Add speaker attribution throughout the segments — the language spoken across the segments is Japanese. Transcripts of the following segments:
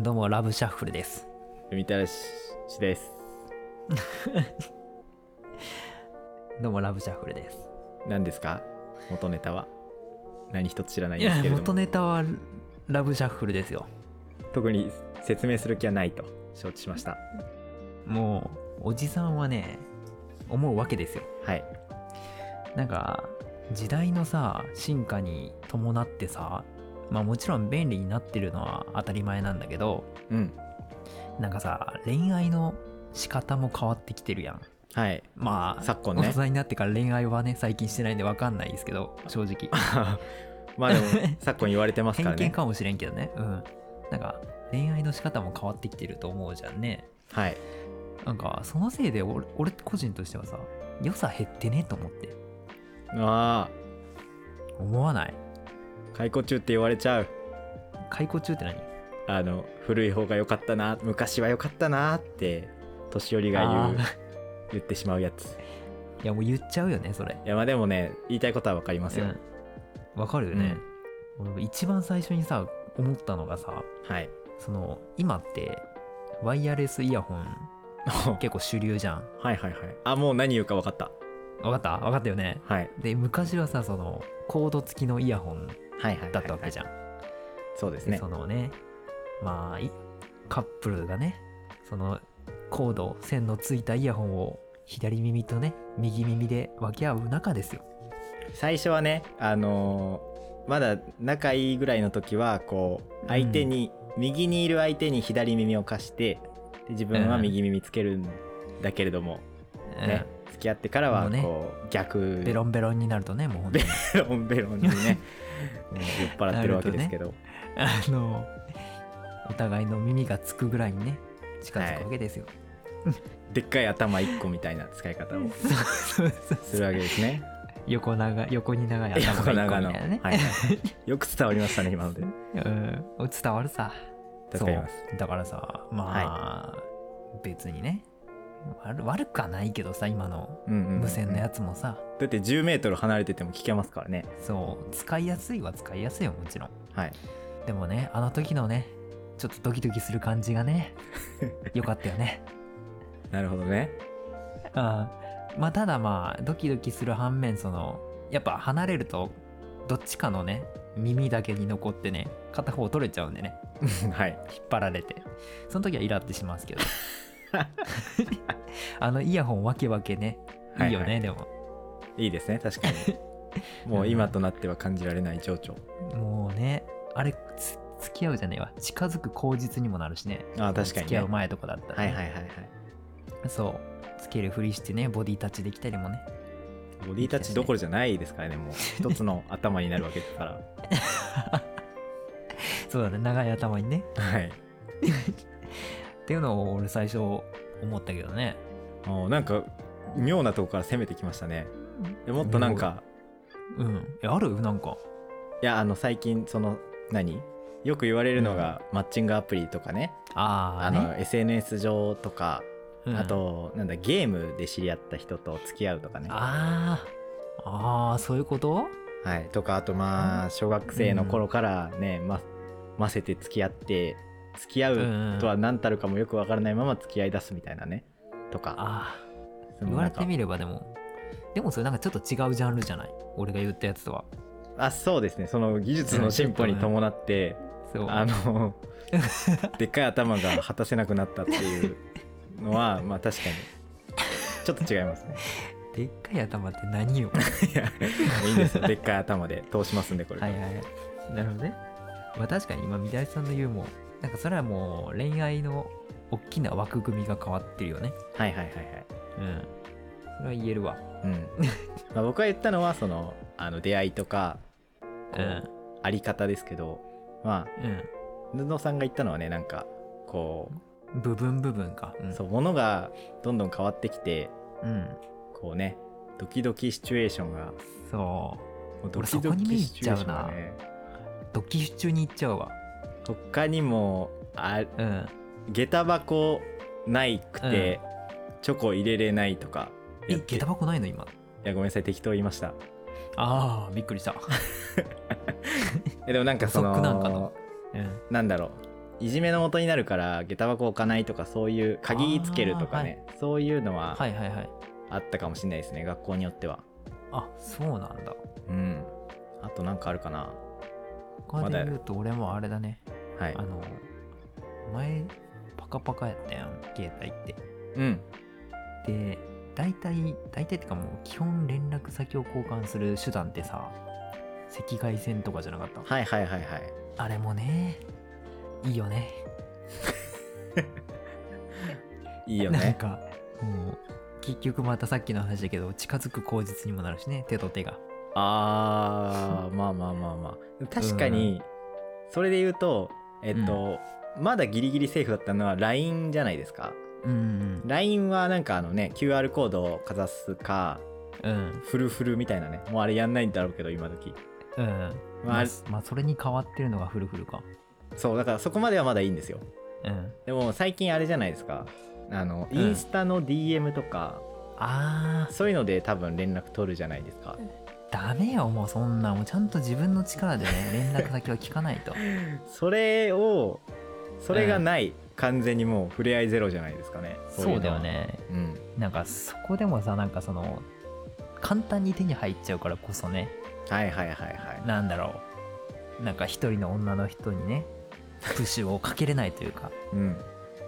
Speaker 1: どうもラブシャッフルです
Speaker 2: みたらしです。
Speaker 1: どうもラブシャッフルです
Speaker 2: 何ですか元ネタは何一つ知らないん
Speaker 1: い
Speaker 2: です
Speaker 1: や
Speaker 2: けれど
Speaker 1: 元
Speaker 2: も、
Speaker 1: ネタはラブシャッフルですよ
Speaker 2: 特に説明する気はないと承知しました。
Speaker 1: もうおじさんはね思うわけですよ
Speaker 2: はい。
Speaker 1: なんか時代のさ進化に伴ってさまあもちろん便利になってるのは当たり前なんだけど
Speaker 2: うん。
Speaker 1: なんかさ恋愛の仕方も変わってきてるやん
Speaker 2: はい。
Speaker 1: まあ
Speaker 2: 昨今ね
Speaker 1: 大人になってから恋愛はね最近してないんで分かんないですけど正直
Speaker 2: ま あでも、昨今言われてますか
Speaker 1: 偏
Speaker 2: ら
Speaker 1: 見
Speaker 2: ね。
Speaker 1: かもしれんけどねうんなんか恋愛の仕方も変わってきてると思うじゃんね
Speaker 2: はい。
Speaker 1: なんかそのせいで俺俺個人としてはさ良さ減ってねと思って
Speaker 2: ああ、
Speaker 1: 思わない
Speaker 2: 解雇中って言われちゃう。
Speaker 1: 解雇中って何
Speaker 2: あの、古い方が良かったな、昔は良かったなって、年寄りが言う
Speaker 1: あ、
Speaker 2: 言ってしまうやつ。
Speaker 1: いやもう言っちゃうよねそれ
Speaker 2: いや、まあでもね、言いたいことはわかりますよ。
Speaker 1: うん、わかるよね、俺一番最初にさ思ったのがさ
Speaker 2: はい。
Speaker 1: その今ってワイヤレスイヤホン結構主流じゃん
Speaker 2: はいはいはい。あ、もう何言うか分かった。
Speaker 1: わかったわかったよね
Speaker 2: はい。
Speaker 1: で昔はさそのコード付きのイヤホン
Speaker 2: はいはい
Speaker 1: だったわけじ
Speaker 2: ゃん。
Speaker 1: ゃん、
Speaker 2: そうです
Speaker 1: で
Speaker 2: ね
Speaker 1: そ。のねまあいカップルがねそのコード線のついたイヤホンを左耳とね右耳で分け合う中ですよ
Speaker 2: 最初はね、あのーまだ仲いいぐらいの時は、こう、相手に、右にいる相手に左耳を貸して、で自分は右耳つけるんだけれども、ね、付き合ってから
Speaker 1: も
Speaker 2: は、
Speaker 1: うね
Speaker 2: こう、逆、
Speaker 1: うんベロンベロンになるとねもう本当に
Speaker 2: ベロンベロンにね、うん酔っ払ってるわけですけど。
Speaker 1: あのお互いの耳がつくぐらいにね近づくわけですよ。
Speaker 2: でっかい頭1個みたいな使い方を
Speaker 1: そうそう
Speaker 2: す
Speaker 1: そう
Speaker 2: るわけですね。
Speaker 1: 横長横に長い 頭
Speaker 2: 横
Speaker 1: が一
Speaker 2: 長
Speaker 1: 個
Speaker 2: の。
Speaker 1: み
Speaker 2: は
Speaker 1: たいない ね。
Speaker 2: はい。よく伝わりましたね、今ので。
Speaker 1: うん、伝わるさ。
Speaker 2: 助かります。
Speaker 1: そうだからさまあ、別にね悪悪くはないけどさ今の
Speaker 2: うんうんうん
Speaker 1: 無線のやつもさ、
Speaker 2: だって10メートル離れてても聞けますからね。
Speaker 1: そう使いやすいは使いやすいよもちろん。
Speaker 2: はい。
Speaker 1: でもねあの時のねちょっとドキドキする感じが ねよかったよね。
Speaker 2: なるほどね。
Speaker 1: あーまあただまあドキドキする反面そのやっぱ離れるとどっちかのね耳だけに残ってね片方取れちゃうんでね
Speaker 2: はい。
Speaker 1: 引っ張られてその時はイラってしますけ どあのイヤホンわけわけねいいよね、
Speaker 2: はいは
Speaker 1: でも
Speaker 2: いいですね、確かに。 もう今となっては感じられない情緒。
Speaker 1: もうねあれつ付き合うじゃねえわ近づく口実にもなるしね
Speaker 2: ああ、確か
Speaker 1: 付
Speaker 2: に、
Speaker 1: き
Speaker 2: ね。
Speaker 1: 合う
Speaker 2: はい
Speaker 1: 前とかだったら
Speaker 2: は
Speaker 1: ね、
Speaker 2: いはいはい。
Speaker 1: そうつけるふりしてねボディタッチできたりもね
Speaker 2: ボディタッチどころじゃないですからね、 もう。一つの頭になるわけですから。
Speaker 1: そうだね長い頭にね
Speaker 2: はい。
Speaker 1: っていうのを俺最初思ったけどね
Speaker 2: おなんか、妙なとこから攻めてきましたね。でもっとなんか、
Speaker 1: うん。え、あるなんか。
Speaker 2: いや、あの、最近、その、何よく言われるのが、マッチングアプリとかね、
Speaker 1: ああ、
Speaker 2: あ
Speaker 1: ね
Speaker 2: の、SNS 上とか、
Speaker 1: うん
Speaker 2: あ、と、なんだ、ゲームで知り合った人と付き合うとかね。
Speaker 1: ああ、ああ、そういうこと
Speaker 2: はい、とかあとまあ小学生の頃からね、まませて付き合って付き合うとは何たるかもよくわからないまま付き合い出すみたいなねとか
Speaker 1: ああ、
Speaker 2: そ
Speaker 1: 言
Speaker 2: の
Speaker 1: わ
Speaker 2: な
Speaker 1: れ
Speaker 2: んか
Speaker 1: てみればでも。でもそれなんかちょっと違うジャンルじゃない俺が言ったやつとは。
Speaker 2: あそうですねその技術の進歩に伴って、
Speaker 1: そう。
Speaker 2: あのでっかい頭が果たせなくなったっていうの はまあ確かにちょっと違いますね
Speaker 1: でっかい頭って何よ。
Speaker 2: いやいい んですよでっかい頭で通しますんでこれ、
Speaker 1: はいはい。なるほどね。まあ確かに今、みだりさんの言うもん、なんかそれはもう恋愛の大きな枠組みが変わってるよね。
Speaker 2: はいはいはいはい
Speaker 1: うん。それは言えるわ。
Speaker 2: うん、まあ僕が言ったのはそのあの出会いとか
Speaker 1: う。
Speaker 2: こうんあり方ですけどま
Speaker 1: う
Speaker 2: あ布さんが言ったのはねなんかこ
Speaker 1: ん。部分部分か。う。
Speaker 2: うんそう物がどんどん変わってきて
Speaker 1: うん。
Speaker 2: こうねドキドキシチュエーションが
Speaker 1: そう。
Speaker 2: もうド
Speaker 1: 俺
Speaker 2: キドキシチュエーシ
Speaker 1: そ
Speaker 2: ョンが
Speaker 1: こに
Speaker 2: ね
Speaker 1: ドキシチュに行っちゃうわ。
Speaker 2: 他にもあ
Speaker 1: うん。
Speaker 2: 下駄箱ないくて、チョコ入れれないとか
Speaker 1: え
Speaker 2: やっ、て
Speaker 1: 下駄箱ないの今。
Speaker 2: いやごめんなさい適当言いました
Speaker 1: ああ、びっくりした。
Speaker 2: えでもなんかその
Speaker 1: 補足なんかのうん。
Speaker 2: なんだろういじめの元になるから下駄箱置かないとかそういう鍵つけるとかね、そういうのは
Speaker 1: はいはいはい
Speaker 2: あったかもしれないですね、学校によっては
Speaker 1: あそうなんだ
Speaker 2: うんあとなんかあるかな
Speaker 1: 他で言うと俺もあれだね、
Speaker 2: はい
Speaker 1: あの前パカパカやったやん携帯って
Speaker 2: うん
Speaker 1: で大体大体ってかもう基本連絡先を交換する手段ってさ赤外線とかじゃなかった
Speaker 2: はいはいはいはい
Speaker 1: あれもねいいよね
Speaker 2: いいよ
Speaker 1: なん
Speaker 2: ね
Speaker 1: かもう結局またさっきの話だけど近づく口実にもなるしね手と手が
Speaker 2: あーまあまあまあまあ確かにそれで言うとえっと、まだギリギリセーフだったのは LINE じゃないですか
Speaker 1: うん、
Speaker 2: LINE はなんかあのね QR コードをかざすか
Speaker 1: うんうん
Speaker 2: フルフルみたいなねもうあれやんないんだろうけど今時
Speaker 1: うん
Speaker 2: ま
Speaker 1: ま
Speaker 2: あ
Speaker 1: あ、まあそれに変わってるのがフルフルか
Speaker 2: そうだからそこまではまだいいんですよ
Speaker 1: うん
Speaker 2: でも最近あれじゃないですかあの
Speaker 1: うん
Speaker 2: インスタの DM とか、
Speaker 1: あー
Speaker 2: そういうので多分連絡取るじゃないですか
Speaker 1: ダメよもうそんなもうちゃんと自分の力でね連絡先は聞かないと
Speaker 2: それをそれがない、完全にもう触れ合いゼロじゃないですかね い
Speaker 1: そう
Speaker 2: の
Speaker 1: だよ
Speaker 2: は
Speaker 1: ね
Speaker 2: うん
Speaker 1: なんかそこでもさなんかその簡単に手に入っちゃうからこそね
Speaker 2: はいはいはいはい
Speaker 1: なんだろうなんか一人の女の人にねプッシュをかけれないというか
Speaker 2: うん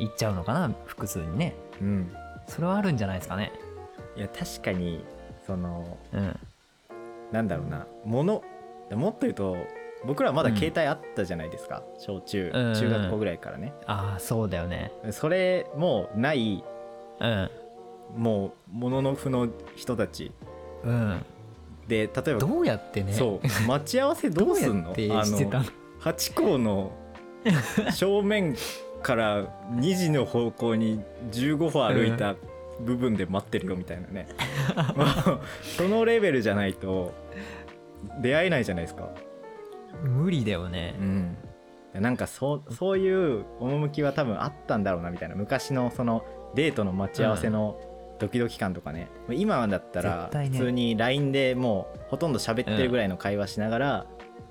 Speaker 1: 言っちゃうのかな複数にね
Speaker 2: うん
Speaker 1: それはあるんじゃないですかね
Speaker 2: いや確かにその
Speaker 1: うん
Speaker 2: なんだろうなものもっと言うと僕らまだ携帯あったじゃないですか、小中
Speaker 1: うんうん
Speaker 2: 中学校ぐらいからね、
Speaker 1: ああそうだよね
Speaker 2: それもうない
Speaker 1: うん
Speaker 2: もうもののふの人たち
Speaker 1: うん
Speaker 2: で例えば
Speaker 1: どうやってね
Speaker 2: そう待ち合わせど
Speaker 1: ど
Speaker 2: う
Speaker 1: うや
Speaker 2: すんの
Speaker 1: ってしてた
Speaker 2: あ
Speaker 1: の
Speaker 2: の八校の正面から2時の方向に15歩歩いた部分で待ってるよみたい なね、もうそのレベルじゃないと出会えないじゃないですか、
Speaker 1: 無理だよね
Speaker 2: うん、なんかそうそういう趣は多分あったんだろうなみたいな昔のそのデートの待ち合わせのドキドキ感とかね、今だったら
Speaker 1: 絶対
Speaker 2: 普
Speaker 1: ね
Speaker 2: 通に LINE でもうほとんど喋ってるぐらいの会話しながら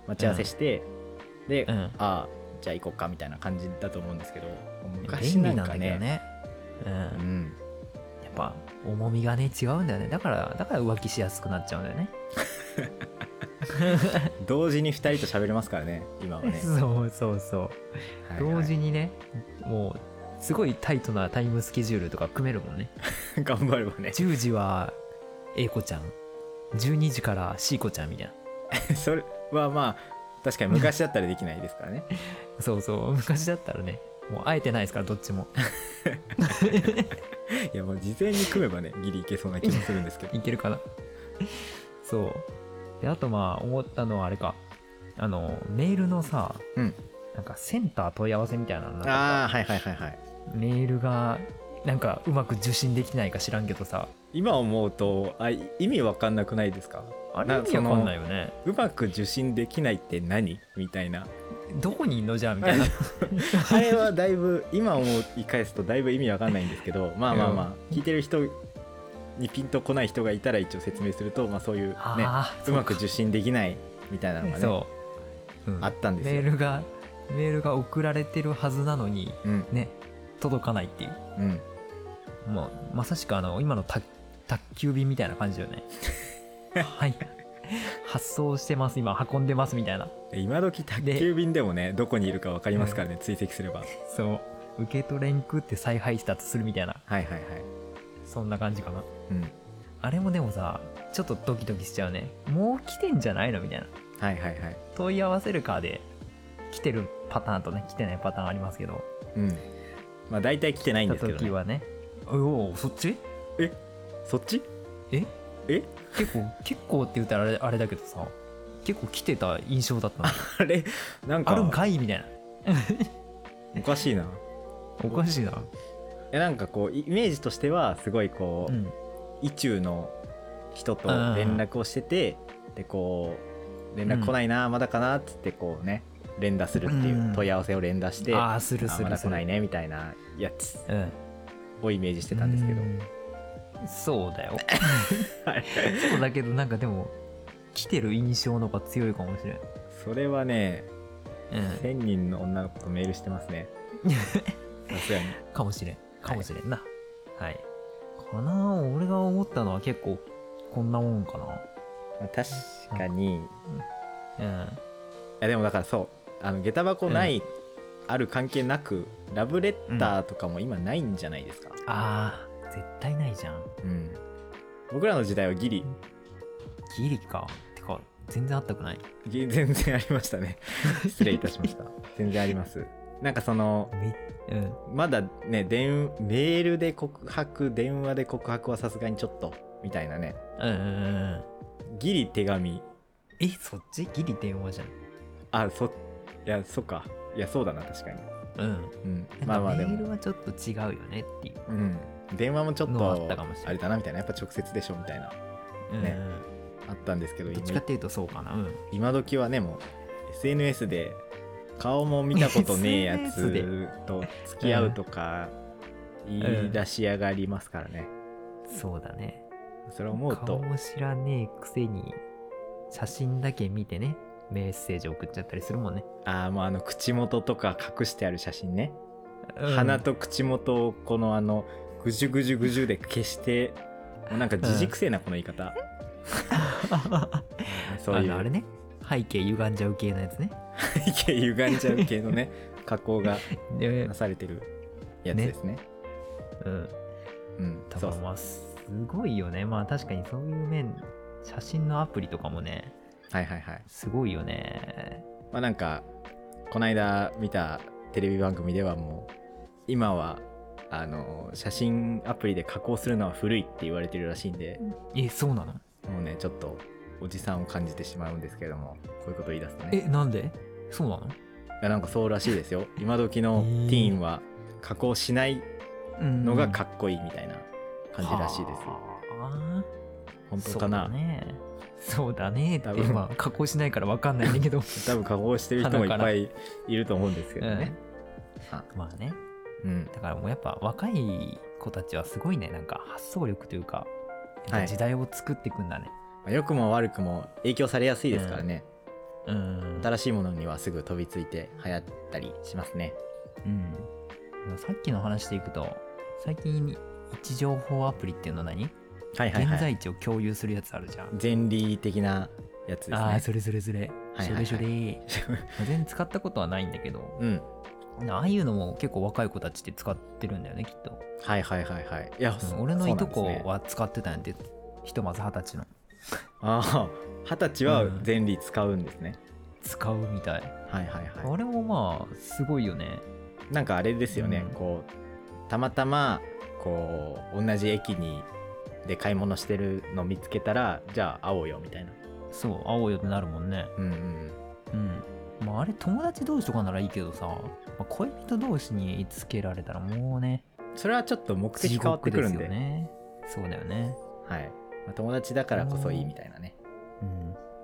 Speaker 2: 待ち合わせして、で、
Speaker 1: うん
Speaker 2: ああじゃあ行こっかみたいな感じだと思うんですけど昔
Speaker 1: 便
Speaker 2: な
Speaker 1: 利
Speaker 2: ん
Speaker 1: なん
Speaker 2: か
Speaker 1: だ
Speaker 2: ね
Speaker 1: けどねう
Speaker 2: うんん、
Speaker 1: やっぱ重みがね違うんだよねだからだから浮気しやすくなっちゃうんだよね
Speaker 2: 同時に2人と喋れますからね今はね
Speaker 1: そうそうそう
Speaker 2: はいはい
Speaker 1: 同時にねもうすごいタイトなタイムスケジュールとか組めるもんね
Speaker 2: 頑張ればね
Speaker 1: 10時は A 子ちゃん12時から C 子ちゃんみたいな
Speaker 2: それはまあ確かに昔だったらできないですからね
Speaker 1: そうそう昔だったらねもう会えてないですからどっち も
Speaker 2: いやもう事前に組めばねギリいけそうな気もするんですけど
Speaker 1: いけるかなそうであとまあ思ったのはあれかあのメールのさ、
Speaker 2: うん
Speaker 1: なんかセンター問い合わせみたいなのなかっ
Speaker 2: ああはいはいはいはい
Speaker 1: たメールがなんかうまく受信できないか知らんけどさ
Speaker 2: 今思うとあい意味わかんなくないですか
Speaker 1: あれ
Speaker 2: な
Speaker 1: 意味わかんないよね
Speaker 2: うまく受信できないって何みたいな
Speaker 1: どこにいんのじゃあみたいな
Speaker 2: あれはだいぶ今思い返すとだいぶ意味わかんないんですけ どまあまあまあ聞いてる人にピンとこない人がいたら一応説明すると、まあ、そういうね
Speaker 1: あー
Speaker 2: うまく受信できないみたいな のがね
Speaker 1: そう、うん
Speaker 2: あったんです
Speaker 1: メー
Speaker 2: よ。
Speaker 1: ルがメールが送られてるはずなのに
Speaker 2: うん
Speaker 1: ね届かないっていう
Speaker 2: うん、
Speaker 1: もうまさしくあの今の宅宅急便みたいな感じだよ ねはい発送してます今運んでますみたいな
Speaker 2: 今時宅急便でもねどこにいるかわかりますからね、追跡 すればはい
Speaker 1: そう受け取れんくって再配達するみたいな
Speaker 2: はいはい、
Speaker 1: そんな感じかな
Speaker 2: うん、
Speaker 1: あれもでもさちょっとドキドキしちゃうねもう来てんじゃないのみたいな
Speaker 2: はいはいはい
Speaker 1: 問い合わせるかで来てるパターンとね来てないパターンありますけど
Speaker 2: うんまあ大体来てないん
Speaker 1: 来た
Speaker 2: ですけど、
Speaker 1: 時
Speaker 2: ね、
Speaker 1: はねおおそっち
Speaker 2: そっち
Speaker 1: え
Speaker 2: え
Speaker 1: 結構結構って言ったらあれあれだけどさ結構来てた印象だった の
Speaker 2: あれなん
Speaker 1: あるん
Speaker 2: か
Speaker 1: かいみたいな
Speaker 2: おかしいな
Speaker 1: おかしいな
Speaker 2: えなんかこうイメージとしてはすごいこ
Speaker 1: う
Speaker 2: う、
Speaker 1: ん
Speaker 2: 意中の人と連絡をしててでこう連絡来ないな、まだかなっつってこうね連打するってい
Speaker 1: うん
Speaker 2: う問い合わせを連打して、
Speaker 1: ああする
Speaker 2: あ
Speaker 1: す
Speaker 2: ま
Speaker 1: る
Speaker 2: だ
Speaker 1: す
Speaker 2: 来
Speaker 1: る
Speaker 2: ないねみたいなやつ
Speaker 1: うん
Speaker 2: をイメージしてたんですけど
Speaker 1: うんそうだよ
Speaker 2: はい
Speaker 1: そうだけどなんかでも来てる印象の方が強いかもしれん
Speaker 2: それはね
Speaker 1: うん、
Speaker 2: 1000人の女の子とメールしてます ねさすがに
Speaker 1: かもしれんかもしれんなはい、かな俺が思ったのは結構こんなもんか
Speaker 2: まあ確かに、い
Speaker 1: な
Speaker 2: やでもだからそうあの下駄箱ない、ある関係なくラブレターとかも今ないんじゃないですか、
Speaker 1: うんあー絶対ないじゃん
Speaker 2: うん僕らの時代はギリ
Speaker 1: ギリかてか全然あったくない
Speaker 2: ギリ 全然ありました ね失礼いたしました全然ありますなんかその
Speaker 1: うん
Speaker 2: まだね電メールで告白電話で告白はさすがにちょっとみたいなね
Speaker 1: うんうんうんうん
Speaker 2: ギリ手紙
Speaker 1: えそっちギリ電話じゃん
Speaker 2: あそいやそっかいやそうだな確かに
Speaker 1: うん
Speaker 2: うん
Speaker 1: な
Speaker 2: まあ
Speaker 1: ん
Speaker 2: ま
Speaker 1: か
Speaker 2: あ
Speaker 1: メ
Speaker 2: で
Speaker 1: ール
Speaker 2: も
Speaker 1: はちょっと違うよねっていう
Speaker 2: うん電話もちょっ
Speaker 1: のは
Speaker 2: と
Speaker 1: あったかもしれない
Speaker 2: あれだなみたいなやっぱ直接でしょみたいな
Speaker 1: うん
Speaker 2: ねあったんですけど
Speaker 1: うんどっ
Speaker 2: 今
Speaker 1: ちかっていうとそうかなうん
Speaker 2: 今時はねもう SNS で顔も見たことねえや
Speaker 1: SNS で
Speaker 2: つと付き合うとか言い出しやがりますからね、
Speaker 1: そうだね
Speaker 2: それを思う
Speaker 1: 顔
Speaker 2: と
Speaker 1: も知らねえくせに写真だけ見てねメッセージ送っちゃったりするもんね、
Speaker 2: ああもうあの口元とか隠してある写真ね、
Speaker 1: うん
Speaker 2: 鼻と口元をこのあのぐじゅぐじゅぐじゅで消してもうなんかじじくせえなこの言 い方、そうい
Speaker 1: あのあれ
Speaker 2: う
Speaker 1: ね背景歪んじゃう系のやつね
Speaker 2: 背景 歪んじゃう系のね加工が
Speaker 1: で
Speaker 2: なされてるやつですね
Speaker 1: うん
Speaker 2: うん
Speaker 1: 多
Speaker 2: そうそ
Speaker 1: 分
Speaker 2: う
Speaker 1: まあすごいよねまあ確かにそういう面写真のアプリとかもね
Speaker 2: はいはいはい
Speaker 1: すごいよね
Speaker 2: まあなんかこの間見たテレビ番組ではもう今はあの写真アプリで加工するのは古いって言われてるらしいんで
Speaker 1: えそうなの
Speaker 2: もうねちょっとおじさんを感じてしまうんですけれどもこういうこと言い出すとね
Speaker 1: えなんでそうなの
Speaker 2: いやなんかそうらしいですよ今時のティーンは加工しない
Speaker 1: うん
Speaker 2: のがかっこいいみたいな感じらしいです、
Speaker 1: はあ
Speaker 2: 本当か
Speaker 1: そうだ
Speaker 2: な、
Speaker 1: ねそうだねって
Speaker 2: 多分
Speaker 1: まあ加工しないからわかんないんだ けど
Speaker 2: 多分加工してる人もいっぱいいると思うんですけどね、あ
Speaker 1: まあね
Speaker 2: うん、
Speaker 1: だからもうやっぱ若い子たちはすごいねなんか発想力というか
Speaker 2: はい
Speaker 1: 時代を作っていくんだね、
Speaker 2: まあ良くも悪くも影響されやすいですからね、
Speaker 1: うん
Speaker 2: 新しいものにはすぐ飛びついて流行ったりしますね
Speaker 1: うん、さっきの話でいくと最近位置情報アプリっていうの何、
Speaker 2: はいはいはい
Speaker 1: 現在地を共有するやつあるじゃん、
Speaker 2: 前例的なやつですね
Speaker 1: ああそれそれそれ
Speaker 2: はい
Speaker 1: そ
Speaker 2: はいは
Speaker 1: れ
Speaker 2: い
Speaker 1: それ全 然使ったことはないんだけど
Speaker 2: うん
Speaker 1: ああいうのも結構若い子たちって使ってるんだよねきっと、
Speaker 2: はいはいはいはいいや、
Speaker 1: うん俺のいとこ
Speaker 2: そうなんですね
Speaker 1: は使ってたんやでひとまず二十歳の
Speaker 2: ああ二十歳は前例使うんですね、
Speaker 1: 使うみたい、
Speaker 2: はいはいは
Speaker 1: あれもまあすごいよね
Speaker 2: いなんかあれですよね、
Speaker 1: うん
Speaker 2: こうたまたまこう同じ駅にで買い物してるの見つけたらじゃあ会おうよみたいな
Speaker 1: そう青よってなるもんね
Speaker 2: うんうん
Speaker 1: うんまああれ友達同士とかならいいけどさ、まあ恋人同士につけられたらもうね
Speaker 2: それはちょっと目的変わってくるんで
Speaker 1: 地獄すよねそうだよね、
Speaker 2: はいまあ友達だからこそいいみたいなね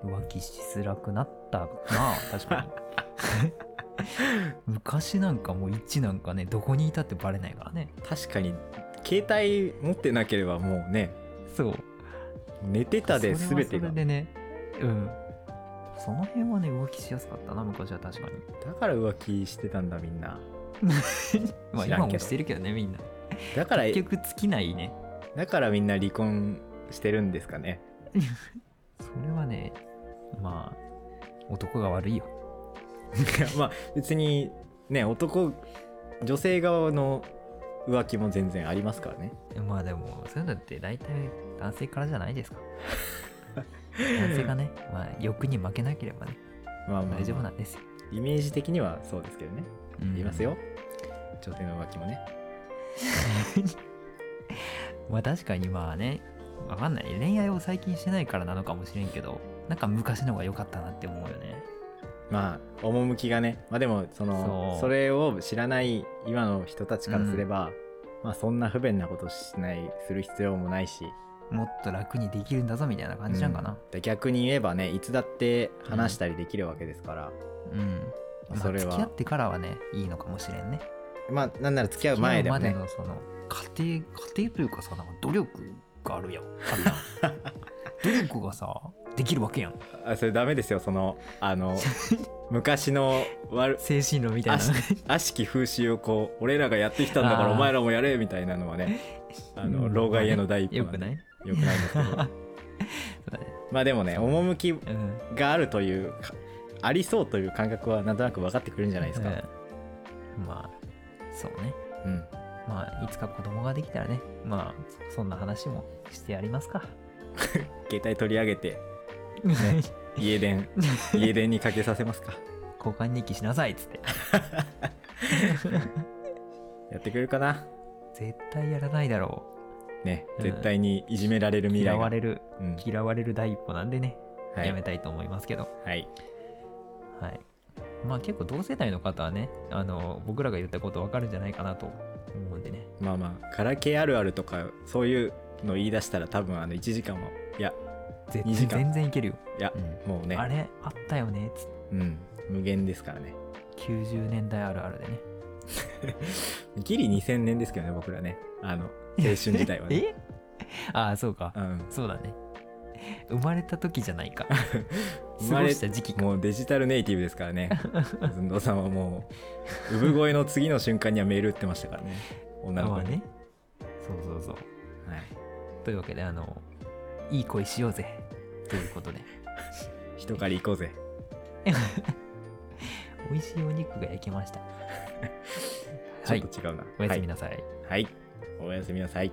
Speaker 1: うん、浮気しづらくなったなあ確かに昔なんかもう1なんかねどこにいたってバレないからね
Speaker 2: 確かに携帯持ってなければもうね
Speaker 1: そう
Speaker 2: 寝てたで全て
Speaker 1: それはそ
Speaker 2: が
Speaker 1: れでねうんその辺はね浮気しやすかったな昔は確かに
Speaker 2: だから浮気してたんだみんな
Speaker 1: まあ
Speaker 2: 知らんけど
Speaker 1: 今もしてるけどねみんな
Speaker 2: だから
Speaker 1: 結局尽きないね
Speaker 2: だからみんな離婚してるんですかね
Speaker 1: それはねまあ男が悪いよ
Speaker 2: いやまあ別にね男女性側の浮気も全然ありますからね
Speaker 1: まあでもそういうのって大体男性からじゃない ですか男性がね、まあ、欲に負けなければね
Speaker 2: まあまあまあ
Speaker 1: 大丈夫なんですよ、
Speaker 2: イメージ的にはそうですけどね
Speaker 1: うん
Speaker 2: 言いますよ女性の浮気もね
Speaker 1: まあ確かにまあねわかんない恋愛を最近してないからなのかもしれんけどなんか昔の方が良かったなって思うよね
Speaker 2: まあ趣がねまあでもその
Speaker 1: そ
Speaker 2: そうれを知らない今の人たちからすれば、まあそんな不便なことしないする必要もないし
Speaker 1: もっと楽にできるんだぞみたいな感じなんかな
Speaker 2: うん逆に言えばねいつだって話したりできるわけですから、
Speaker 1: うん、まあ
Speaker 2: それ
Speaker 1: 付き合
Speaker 2: は
Speaker 1: ってからはねいいのかもしれんね
Speaker 2: まあなんなら付き合う前でも
Speaker 1: 付
Speaker 2: ね
Speaker 1: き合うまでのその家庭家庭というかさなんか努力があるやんあるやん 努力がさできるわけやん
Speaker 2: あそれダメですよそのあの昔の悪
Speaker 1: 精神論みたい
Speaker 2: 悪
Speaker 1: な
Speaker 2: し悪しき風習をこう俺らがやってきたんだか
Speaker 1: あ
Speaker 2: ら
Speaker 1: ー
Speaker 2: お前らもやれみたいなのはねあ
Speaker 1: う
Speaker 2: の
Speaker 1: ん
Speaker 2: 老害への第一歩
Speaker 1: よ
Speaker 2: んで
Speaker 1: くない
Speaker 2: よくないんですけどまあでもね趣
Speaker 1: うん
Speaker 2: があるというかありそうという感覚はなんとなく分かってくるんじゃないですか、
Speaker 1: うんまあそうね
Speaker 2: うん、
Speaker 1: まあいつか子供ができたらねまあそんな話もしてやりますか、
Speaker 2: 携帯取り上 げて家電家電にかけさせますか
Speaker 1: 交換日記しなさいっつって
Speaker 2: やってくれるかな
Speaker 1: 絶対やらないだろ
Speaker 2: ね
Speaker 1: うん
Speaker 2: 絶対にいじめられる
Speaker 1: う
Speaker 2: 未
Speaker 1: 嫌
Speaker 2: 来が
Speaker 1: われる
Speaker 2: うん
Speaker 1: 嫌われる第一歩なんでね、
Speaker 2: は
Speaker 1: やめ
Speaker 2: い、
Speaker 1: たいと思いますけど
Speaker 2: はい、
Speaker 1: はいまあ結構同世代の方はねあの僕らが言ったことわかるんじゃないかなと思うんでね
Speaker 2: まあまあガラケーあるあるとかそういうの言い出したら多分あの1時間もいや
Speaker 1: 絶
Speaker 2: 二時間
Speaker 1: 全然いけるよ、
Speaker 2: いや
Speaker 1: うん
Speaker 2: もうね
Speaker 1: あれあったよねっつって
Speaker 2: うん無限ですからね
Speaker 1: 90年代あるあるでね
Speaker 2: ギリ2000年ですけどね僕らねあの青春時代はね
Speaker 1: えああそうか
Speaker 2: うん
Speaker 1: そうだね生まれた時じゃ ないか
Speaker 2: 生
Speaker 1: 過
Speaker 2: ま
Speaker 1: ご
Speaker 2: れ
Speaker 1: した時期か
Speaker 2: もうデジタルネイティブですからねずんどうさんはもう産声の次の瞬間にはメール打ってましたからね女の
Speaker 1: ま
Speaker 2: 子
Speaker 1: あ
Speaker 2: に、
Speaker 1: ねそうそうそう
Speaker 2: はい、
Speaker 1: というわけであのいい恋しようぜということで
Speaker 2: 一狩り行こうぜ
Speaker 1: 美味しいお肉が焼け ましたは
Speaker 2: ちょっ
Speaker 1: い
Speaker 2: と違うな、
Speaker 1: おやすみなさい
Speaker 2: はい、はい、おやすみなさい